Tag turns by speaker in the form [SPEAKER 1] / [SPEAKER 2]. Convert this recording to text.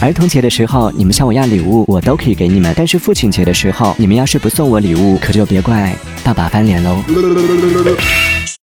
[SPEAKER 1] 儿童节的时候，你们向我要礼物，我都可以给你们；但是父亲节的时候，你们要是不送我礼物，可就别怪爸爸翻脸喽。